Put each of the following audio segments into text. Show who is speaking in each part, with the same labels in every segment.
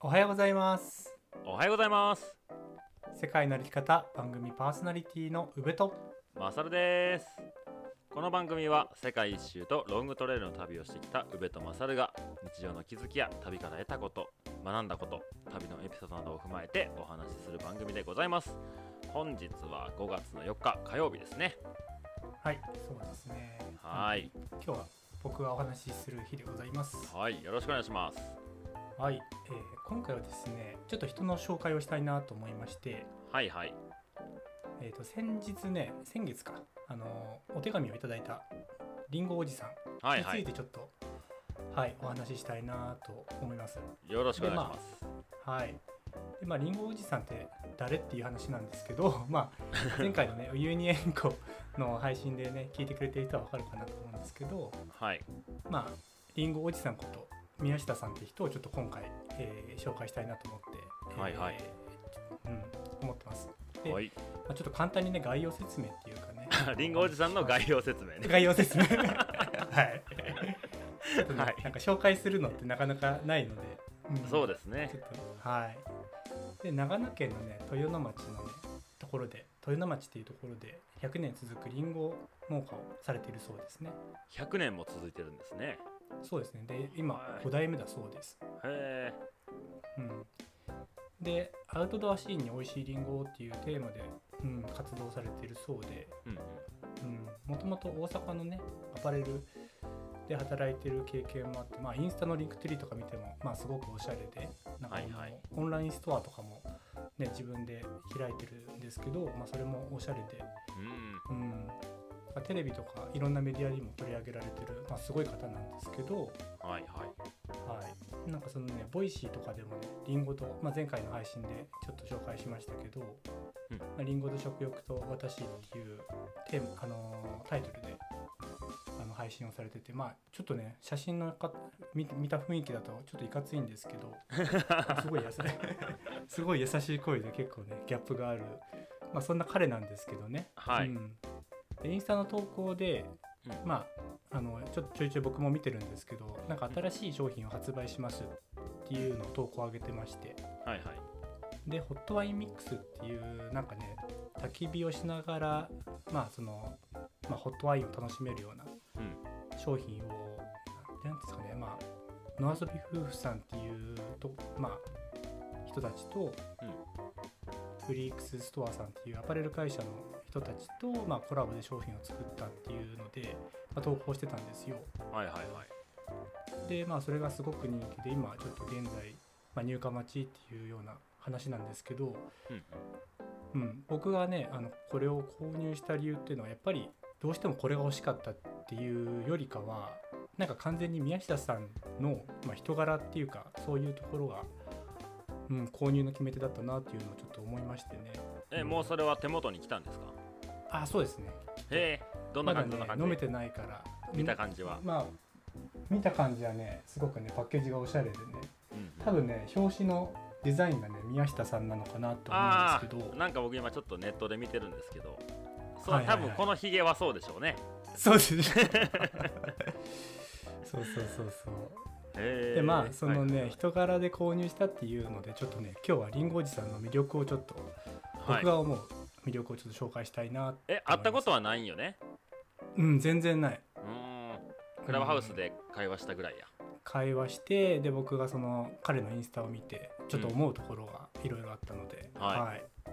Speaker 1: おはようございます
Speaker 2: おはようございます。
Speaker 1: 世界の歩き方番組パーソナリティの宇部と
Speaker 2: マサルです。この番組は世界一周とロングトレイルの旅をしてきた宇部とマサルが日常の気づきや旅から得たこと、学んだこと、旅のエピソードなどを踏まえてお話しする番組でございます。本日は5月の4日火曜日ですね。
Speaker 1: はいそうですね
Speaker 2: はーい。
Speaker 1: 今日は僕がお話しする日でございます
Speaker 2: はい。よろしくお願いします。
Speaker 1: はい、えー今回はですねちょっと人の紹介をしたいなと思いまして
Speaker 2: はいはい。
Speaker 1: えっ、と先日ね先月かあのーお手紙をいただいたリンゴおじさん
Speaker 2: はい
Speaker 1: につ
Speaker 2: はいい。
Speaker 1: てちょっとはい、お話ししたいなと思います
Speaker 2: よろしくお願いします。
Speaker 1: はい。でまあ、リンゴおじさんって誰っていう話なんですけど、 まあ、前回の ね、ウユニ塩湖の配信でね、聞いてくれてる人はわかるかなと思うんですけど、
Speaker 2: はい。
Speaker 1: まあ、リンゴおじさんこと宮下さんって人をちょっと今回、えー紹介したいなと思って、えー
Speaker 2: はいはい
Speaker 1: うん、思ってます。で、
Speaker 2: はい。、
Speaker 1: まあ、ちょっと簡単にね、概要説明っていうかね
Speaker 2: リンゴおじさんの
Speaker 1: 要
Speaker 2: 概要説明 ね。
Speaker 1: 概要説明 はい、ちょっとね
Speaker 2: はい
Speaker 1: なんか紹介するのってなかなかないので、うん
Speaker 2: そうですね
Speaker 1: ち。ょっとはいで長野県のね豊野町のねところで豊野町っていうところで100年続くりんご農家をされているそうですね
Speaker 2: 100年も続いてるんですね。
Speaker 1: そうですねで今
Speaker 2: はい
Speaker 1: 5代目だそうです、
Speaker 2: へえ。
Speaker 1: うん、でアウトドアシーンに美味しいりんごをっていうテーマで、うん、活動されているそうで
Speaker 2: うんうん。
Speaker 1: もともと大阪のねアパレルで働いてる経験もあって、まあ、インスタのリンクトゥリーとか見ても、まあ、すごくおしゃれでなんかあの
Speaker 2: はいはい
Speaker 1: オンラインストアとかも、ね、自分で開いてるんですけど、まあ、それもおしゃれで、
Speaker 2: うん。
Speaker 1: うん、テレビとかいろんなメディアにも取り上げられてる、まあ、すごい方なんですけど、
Speaker 2: はいはい。
Speaker 1: はい、なんかそのねボイシーとかでもねりんごと、まあ、前回の配信でちょっと紹介しましたけど
Speaker 2: う
Speaker 1: 「
Speaker 2: ん
Speaker 1: り、んごと食欲と私」っていうテーマ、あのータイトルであの配信をされててまあちょっとね写真のか見見た雰囲気だとちょっといかついんです けどすごい優しいすごい優しい声で結構ねギャップがある、まあ、そんな彼なんですけどね。
Speaker 2: はい
Speaker 1: うんでインスタの投稿で
Speaker 2: うん
Speaker 1: まあ、あのちょちょいちょい僕も見てるんですけどなんか新しい商品を発売しますっていうのを投稿上げてまして
Speaker 2: はいはい。
Speaker 1: でホットワインミックスっていうなんかね焚き火をしながらまあその、まあ、ホットワインを楽しめるような
Speaker 2: うん。
Speaker 1: 商品をなんていうんですかねまあ野遊び夫婦さんっていうとまあ人たちと
Speaker 2: うん。
Speaker 1: フリークスストアさんっていうアパレル会社の人たちと、まあ、コラボで商品を作ったっていうので、まあ、投稿してたんですよ。
Speaker 2: はいはいはい。
Speaker 1: でまあそれがすごく人気で今ちょっと現在、まあ、入荷待ちっていうような話なんですけど、
Speaker 2: うん
Speaker 1: うん、僕がねあのこれを購入した理由っていうのはやっぱりどうしてもこれが欲しかったっていうよりかはなんか完全に宮下さんの、まあ、人柄っていうかそういうところが、うん、購入の決め手だったなっていうのをちょっと思いましてね
Speaker 2: え、もうそれは手元に来たんですか
Speaker 1: あそうですね
Speaker 2: へえ、どんな
Speaker 1: まだ
Speaker 2: 感じ、どんな
Speaker 1: ね
Speaker 2: 感じ
Speaker 1: 飲めてないから
Speaker 2: 見た感じは。
Speaker 1: まあ見た感じはねすごくねパッケージがおしゃれでね
Speaker 2: うん
Speaker 1: 多分ね表紙のデザインがね宮下さんなのかなと
Speaker 2: あ
Speaker 1: 思うんです
Speaker 2: あ、
Speaker 1: けど
Speaker 2: なんか僕今ちょっとネットで見てるんですけど、
Speaker 1: は
Speaker 2: そう、
Speaker 1: いは
Speaker 2: 多
Speaker 1: いはい
Speaker 2: 分このヒゲはそうでしょうね。
Speaker 1: そうです ねそうそうそうそう
Speaker 2: へえ。
Speaker 1: でまあそのね、
Speaker 2: はい
Speaker 1: 人柄で購入したっていうのでちょっとね今日はりんごおじさんの魅力をちょっと
Speaker 2: はい
Speaker 1: 僕が思う魅力をちょっと紹介したいな、
Speaker 2: え、会ったことはないんよね。
Speaker 1: うん全然ないう
Speaker 2: ーん。クラブハウスで会話したぐらいや。
Speaker 1: 会話してで僕がその彼のインスタを見てちょっと思うところがいろいろあったので、
Speaker 2: うんはい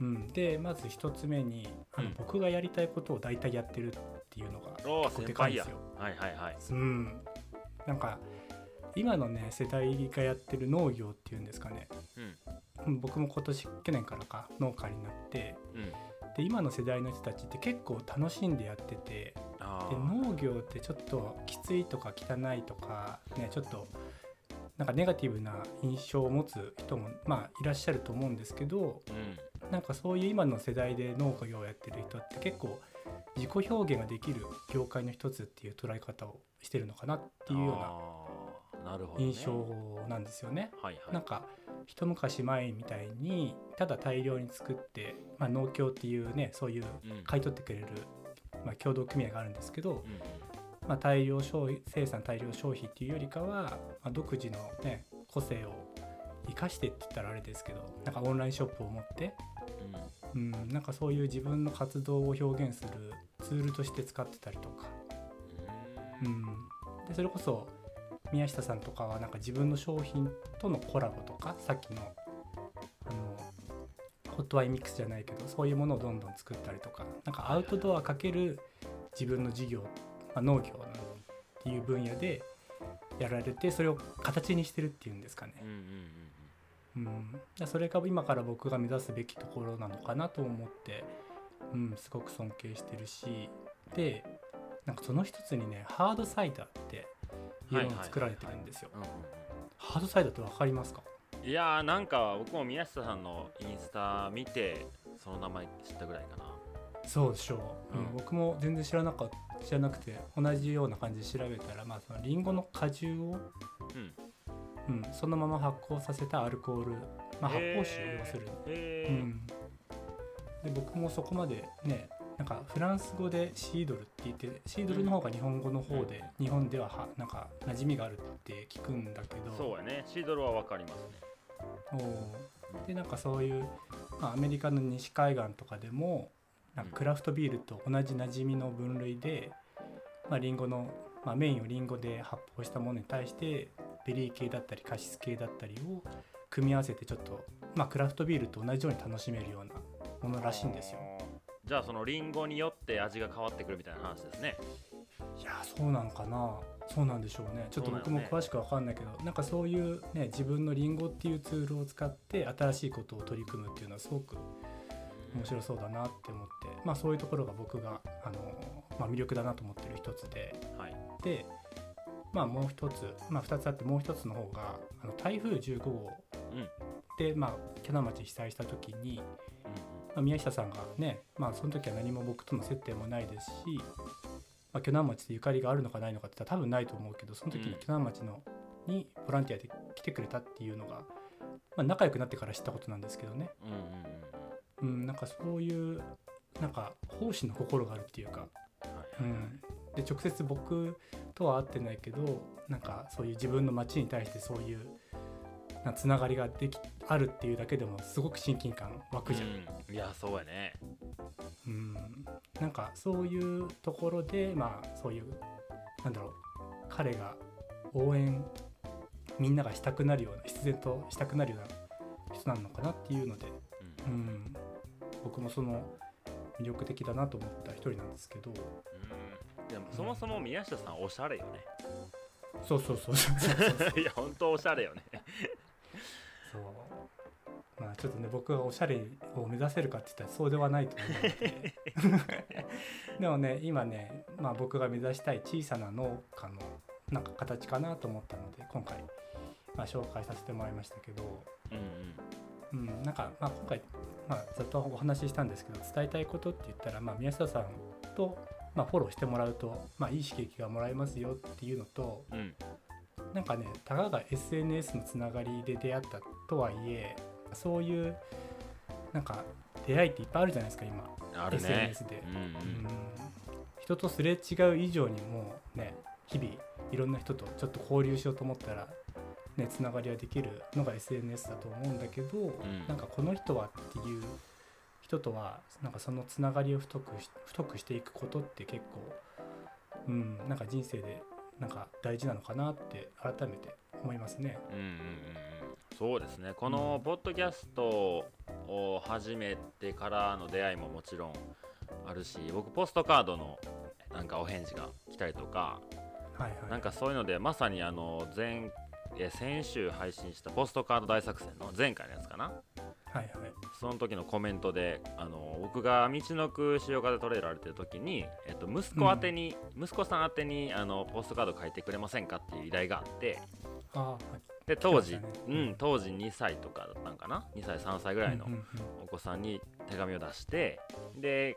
Speaker 1: うん、でまず一つ目にあの、
Speaker 2: うん
Speaker 1: 僕がやりたいことを大体やってるっていうのが
Speaker 2: おお、
Speaker 1: 結構で
Speaker 2: 先
Speaker 1: かいん
Speaker 2: 輩
Speaker 1: で
Speaker 2: や
Speaker 1: すよ。。
Speaker 2: はいはいはい。
Speaker 1: うん、なんか今のね世代がやってる農業っていうんですかね
Speaker 2: うん。
Speaker 1: うん僕も今年去年からか農家になって
Speaker 2: うん。
Speaker 1: で今の世代の人たちって結構楽しんでやってて
Speaker 2: あ
Speaker 1: で農業ってちょっときついとか汚いとかねちょっとなんかネガティブな印象を持つ人もまあいらっしゃると思うんですけど
Speaker 2: あ。うん。
Speaker 1: なんかそういう今の世代で農業をやってる人って結構自己表現ができる業界の一つっていう捉え方をしてるのかなっていうような
Speaker 2: あーなるほどね。
Speaker 1: 印象なんですよね。
Speaker 2: はいは
Speaker 1: ないん。か一昔前みたいにただ大量に作って、まあ、農協っていうねそういう
Speaker 2: うん
Speaker 1: 買い取ってくれる、まあ、協同組合があるんですけど、
Speaker 2: うんうん
Speaker 1: まあ、大量消費生産大量消費っていうよりかは、まあ、独自のね個性を生かしてって言ったらあれですけどなんかオンラインショップを持って、うん、なんかそういう自分の活動を表現するツールとして使ってたりとか、う
Speaker 2: うん
Speaker 1: ん、でそれこそ宮下さんとかはなんか自分の商品とのコラボとかさっきのあのホットワインミックスじゃないけどそういうものをどんどん作ったりとかなんかアウトドアかける自分の事業、まあ、農業なんっていう分野でやられてそれを形にしてるっていうんですかね。
Speaker 2: うんうんうん
Speaker 1: うん、でそれが今から僕が目指すべきところなのかなと思って、うん、すごく尊敬してるしでなんかその一つにねハードサイダーっていうのを作られてるんですよ、
Speaker 2: うんうん
Speaker 1: ハードサイダーってわかりますか
Speaker 2: うんいやーなんか僕も宮下さんのインスタ見てその名前知ったぐらいかな
Speaker 1: そうでしょう、うん
Speaker 2: うん
Speaker 1: 僕も全然知らなかった知らなくて同じような感じで調べたらまあそのリンゴの果汁を、
Speaker 2: うん
Speaker 1: うん、そのまま発酵させたアルコール、まあ、発泡酒を要するに
Speaker 2: へ
Speaker 1: う
Speaker 2: ー
Speaker 1: ん、で僕もそこまでねなんかフランス語でシードルって言ってシードルの方が日本語の方で、日本でははなんか馴染みがあるって聞くんだけど
Speaker 2: そうやねシードルはわかりますね
Speaker 1: おーでなんかそういう、まあ、アメリカの西海岸とかでもなんかクラフトビールと同じ馴染みの分類で、まあ、リンゴの、まあ、メインをリンゴで発泡したものに対してベリー系だったりカシス系だったりを組み合わせてちょっと、まあ、クラフトビールと同じように楽しめるようなものらしいんですよ。
Speaker 2: じゃあそのリンゴによって味が変わってくるみたいな話ですね
Speaker 1: いやーそうなのかなそうなんでしょうねちょっと僕も
Speaker 2: そうだよね
Speaker 1: 詳しくわかんないけど、なんかそういうね自分のリンゴっていうツールを使って新しいことを取り組むっていうのはすごく面白そうだなって思って、まあ、そういうところが僕が、あのまあ、魅力だなと思ってる一つで
Speaker 2: はい
Speaker 1: で、まあ、もう一つ、まあ、二つあってもう一つの方があの台風15号
Speaker 2: うん
Speaker 1: で、まあ、キャナ町被災した時に、まあ、宮下さんがね、まあ、その時は何も僕との接点もないですし、まあ、鋸南町でゆかりがあるのかないのかって言ったら多分ないと思うけどその時
Speaker 2: うん
Speaker 1: に鋸南町の、にボランティアで来てくれたっていうのが、まあ、仲良くなってから知ったことなんですけどね、
Speaker 2: うんうんうんうん
Speaker 1: うん、なんかそういうなんか奉仕の心があるっていうか、
Speaker 2: は
Speaker 1: う
Speaker 2: い
Speaker 1: ん、で直接僕とは会ってないけどなんかそういう自分の町に対してそういうなつながりができあるっていうだけでもすごく親近感湧くじゃん
Speaker 2: うんいやそうやね
Speaker 1: うん、なんかそういうところでまあそういうなんだろう彼が応援みんながしたくなるような必然としたくなるような人なのかなっていうので、
Speaker 2: うん
Speaker 1: うん、僕もその魅力的だなと思った一人なんですけど
Speaker 2: うんでもそもそも宮下さんおしゃれよね
Speaker 1: そうそうそうそうそう
Speaker 2: いや本当おしゃれよね
Speaker 1: そうまあちょっとね僕がおしゃれを目指せるかって言ったらそうではないと思うので でもね今ね、まあ、僕が目指したい小さな農家のなんか形かなと思ったので今回、まあ、紹介させてもらいましたけど、
Speaker 2: うん
Speaker 1: うん、なんか、まあ、今回、まあ、ざっとお話ししたんですけど伝えたいことって言ったら、まあ、宮下さんと、まあ、フォローしてもらうと、まあ、いい刺激がもらえますよっていうのと
Speaker 2: うんうん
Speaker 1: なんかねたかが SNS のつながりで出会ったとはいえそういうなんか出会いっていっぱいあるじゃないですか今、
Speaker 2: あるね
Speaker 1: SNS で
Speaker 2: う、ん
Speaker 1: うん、人とすれ違う以上にもうね日々いろんな人とちょっと交流しようと思ったらねつながりができるのが SNS だと思うんだけど、
Speaker 2: ん
Speaker 1: なんかこの人はっていう人とはなんかそのつながりを太くし太くしていくことって結構うんなんか人生でなんか大事なのかなって改めて思いますね。
Speaker 2: うんうんうんうんそうですねこのポッドキャストを始めてからの出会いももちろんあるし僕ポストカードのなんかお返事が来たりとか
Speaker 1: はいはい、
Speaker 2: なんかそういうのでまさにあの前え先週配信したポストカード大作戦の前回のやつかな
Speaker 1: はいはい
Speaker 2: その時のコメントであの僕が道のく潮風トレイルられてる時に、えっと、息子宛てに、息子さん宛てにあのポストカード書いてくれませんかっていう依頼があって
Speaker 1: あーはい
Speaker 2: で当時、
Speaker 1: 来てました
Speaker 2: う
Speaker 1: ね
Speaker 2: ん、当時2歳とかだったんかな2歳3歳ぐらいの
Speaker 1: うんうん
Speaker 2: お子さんに手紙を出してで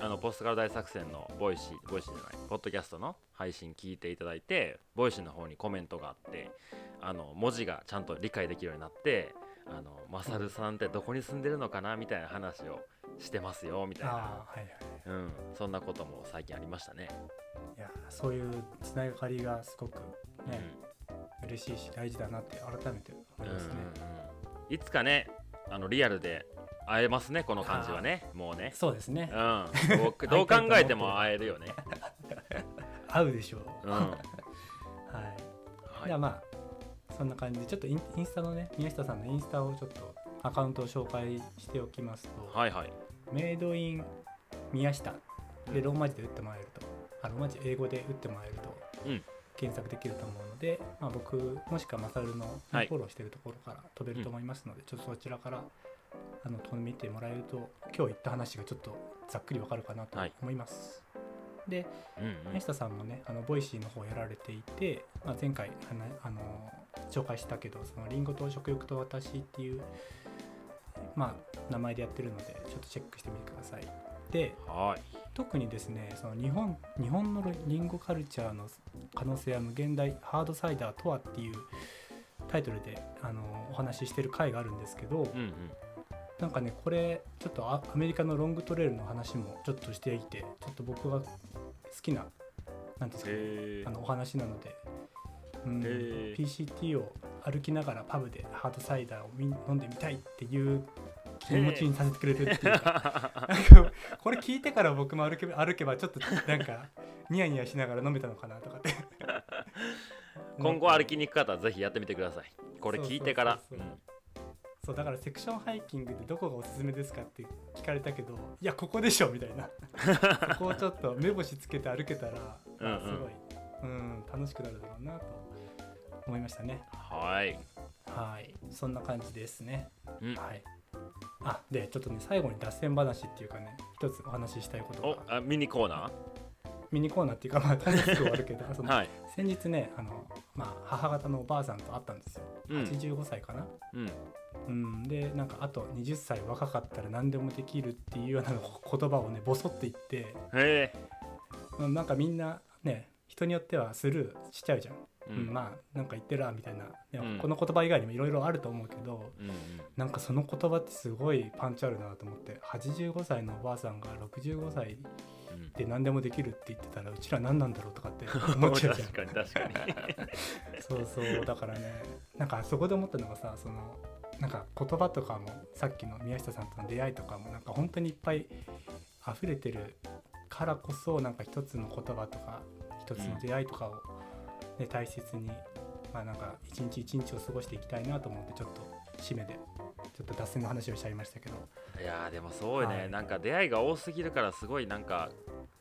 Speaker 2: あのポストカード大作戦のボイシーボイシーじゃないポッドキャストの配信聞いていただいてボイシーの方にコメントがあってあの文字がちゃんと理解できるようになって「あのマサルさんってどこに住んでるのかな?」みたいな話をしてますよみ
Speaker 1: うん
Speaker 2: たいな、
Speaker 1: あーはいはい
Speaker 2: うん、そんなことも最近ありましたね。
Speaker 1: いやーそういうつながりがすごくね、嬉しいし大事だなって改めて思いますね、
Speaker 2: いつかねあのリアルで会えますねこの感じはねもう ね
Speaker 1: そうですね
Speaker 2: うんどうどう考えても会えるよね、
Speaker 1: 合うでしょう、
Speaker 2: うん
Speaker 1: はい、
Speaker 2: はい
Speaker 1: ではまあそんな感じでちょっとインインスタのね宮下さんのインスタをちょっとアカウントを紹介しておきますと、
Speaker 2: はいはい
Speaker 1: メイドイン宮下でローマ字で打ってもらえると、あローマ字英語で打ってもらえると、
Speaker 2: うん
Speaker 1: 検索できると思うので、まあ、僕もしくはマサルのフ
Speaker 2: はい
Speaker 1: ォローしてるところから飛べると思いますので、ちょっとそちらからあの飛んでみてもらえると今日言った話がちょっとざっくりわかるかなと
Speaker 2: はい
Speaker 1: 思います。で
Speaker 2: うんうん
Speaker 1: 宮下さんもねあのボイシーの方やられていて、まあ、前回あのあの紹介したけど「そのリンゴと食欲と私」っていう、まあ、名前でやってるのでちょっとチェックしてみてください。で
Speaker 2: はい
Speaker 1: 特にですねその日本日本のリンゴカルチャーの可能性は無限大ハードサイダーとはっていうタイトルであのお話ししてる回があるんですけど、
Speaker 2: うんうん
Speaker 1: なんかねこれちょっとアアメリカのロングトレイルの話もちょっとしていてちょっと僕が好きななんていうんですかね
Speaker 2: へえ
Speaker 1: あのお話なので、うん
Speaker 2: へー
Speaker 1: PCT を歩きながらパブでハードサイダーをみ飲んでみたいっていう気持ちにさせてくれるっていうか なんかこれ聞いてから僕も歩けば歩けばちょっとなんかニヤニヤしながら飲めたのかなとか って
Speaker 2: 今後歩きに行く方はぜひやってみてくださいこれ聞いてから
Speaker 1: そうそうそうそうだからセクションハイキングでどこがおすすめですかって聞かれたけどいやここでしょみた いなここをちょっと目星つけて歩けたら、まあ
Speaker 2: うん
Speaker 1: す
Speaker 2: うん
Speaker 1: ごい、うん、楽しくなるだろうなと思いましたね。
Speaker 2: うんはい
Speaker 1: はい、そんな感じですね。
Speaker 2: うん
Speaker 1: はい。あ、で、ちょっとね、最後に脱線話っていうかね、一つお話ししたいこと
Speaker 2: お
Speaker 1: が、
Speaker 2: あミニコーナ
Speaker 1: ミニコーナーっていうか、まあ、楽しく終わるけ ど、そ
Speaker 2: ー
Speaker 1: の
Speaker 2: はい
Speaker 1: 先日ね、あの、まあ、母方のおばあさんと会ったんですよ。
Speaker 2: うん
Speaker 1: 85歳かな。
Speaker 2: うん
Speaker 1: うん、で、なんか、あと20歳若かったら何でもできるっていうような言葉をね、ボソって言って、
Speaker 2: へえ
Speaker 1: うんなんかみんなね、人によってはスルーしちゃうじゃん。う
Speaker 2: う
Speaker 1: ん、
Speaker 2: ん
Speaker 1: まあ、なんか言ってら、みたいな。でも
Speaker 2: うん
Speaker 1: この言葉以外にもいろいろあると思うけど、
Speaker 2: うんうん
Speaker 1: なんかその言葉ってすごいパンチあるなと思って85歳のおばあさんが65歳
Speaker 2: うん
Speaker 1: で何でもできるって言ってたらうちら何なんだろうとかって思っ
Speaker 2: 確
Speaker 1: ちゃ
Speaker 2: か
Speaker 1: うじゃん
Speaker 2: に確かに
Speaker 1: そうそうだからねなんかそこで思ったのがさそのなんか言葉とかもさっきの宮下さんとの出会いとかもなんか本当にいっぱい溢れてるからこそなんか一つの言葉とか一つの出会いとかを、ね大切にまあなんか一日一日を過ごしていきたいなと思ってちょっと締めでちょっと脱線の話をしちゃいましたけど
Speaker 2: いやーでもそうよね、
Speaker 1: はい
Speaker 2: なんか出会いが多すぎるからすごいなんか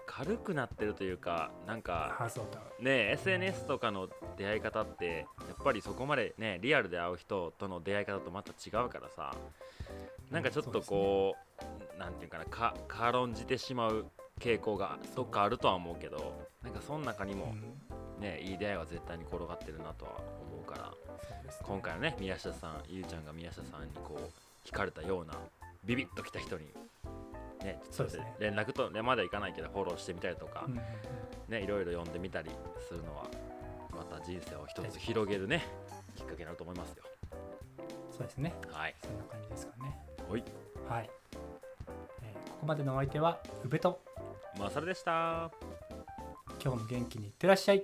Speaker 2: 軽くなってるというかなんか
Speaker 1: あそうだ
Speaker 2: ねえ SNS とかの出会い方ってやっぱりそこまでねリアルで会う人との出会い方とまた違うからさなんかちょっとこうなんていうかなか軽んじてしまう傾向がどっかあるとは思うけどなんかその中に
Speaker 1: う
Speaker 2: も
Speaker 1: ん
Speaker 2: ね、いい出会いは絶対に転がってるなとは思うから
Speaker 1: そうですね
Speaker 2: 今回のね宮下さんゆうちゃんが宮下さんにこう惹かれたようなビビッときた人に、ね、
Speaker 1: そうですね
Speaker 2: ちょっと連絡と、ね、まだいかないけどフォローしてみたりとか、
Speaker 1: うんうんうん
Speaker 2: ね、いろいろ読んでみたりするのはまた人生を一つ広げるねきっかけになると思いますよ。
Speaker 1: そうですね
Speaker 2: はい、
Speaker 1: そんな感じですかね
Speaker 2: ほい
Speaker 1: はい、えーここまでのお相手は宇部と
Speaker 2: まあ、それでした
Speaker 1: 今日も元気にいってらっしゃい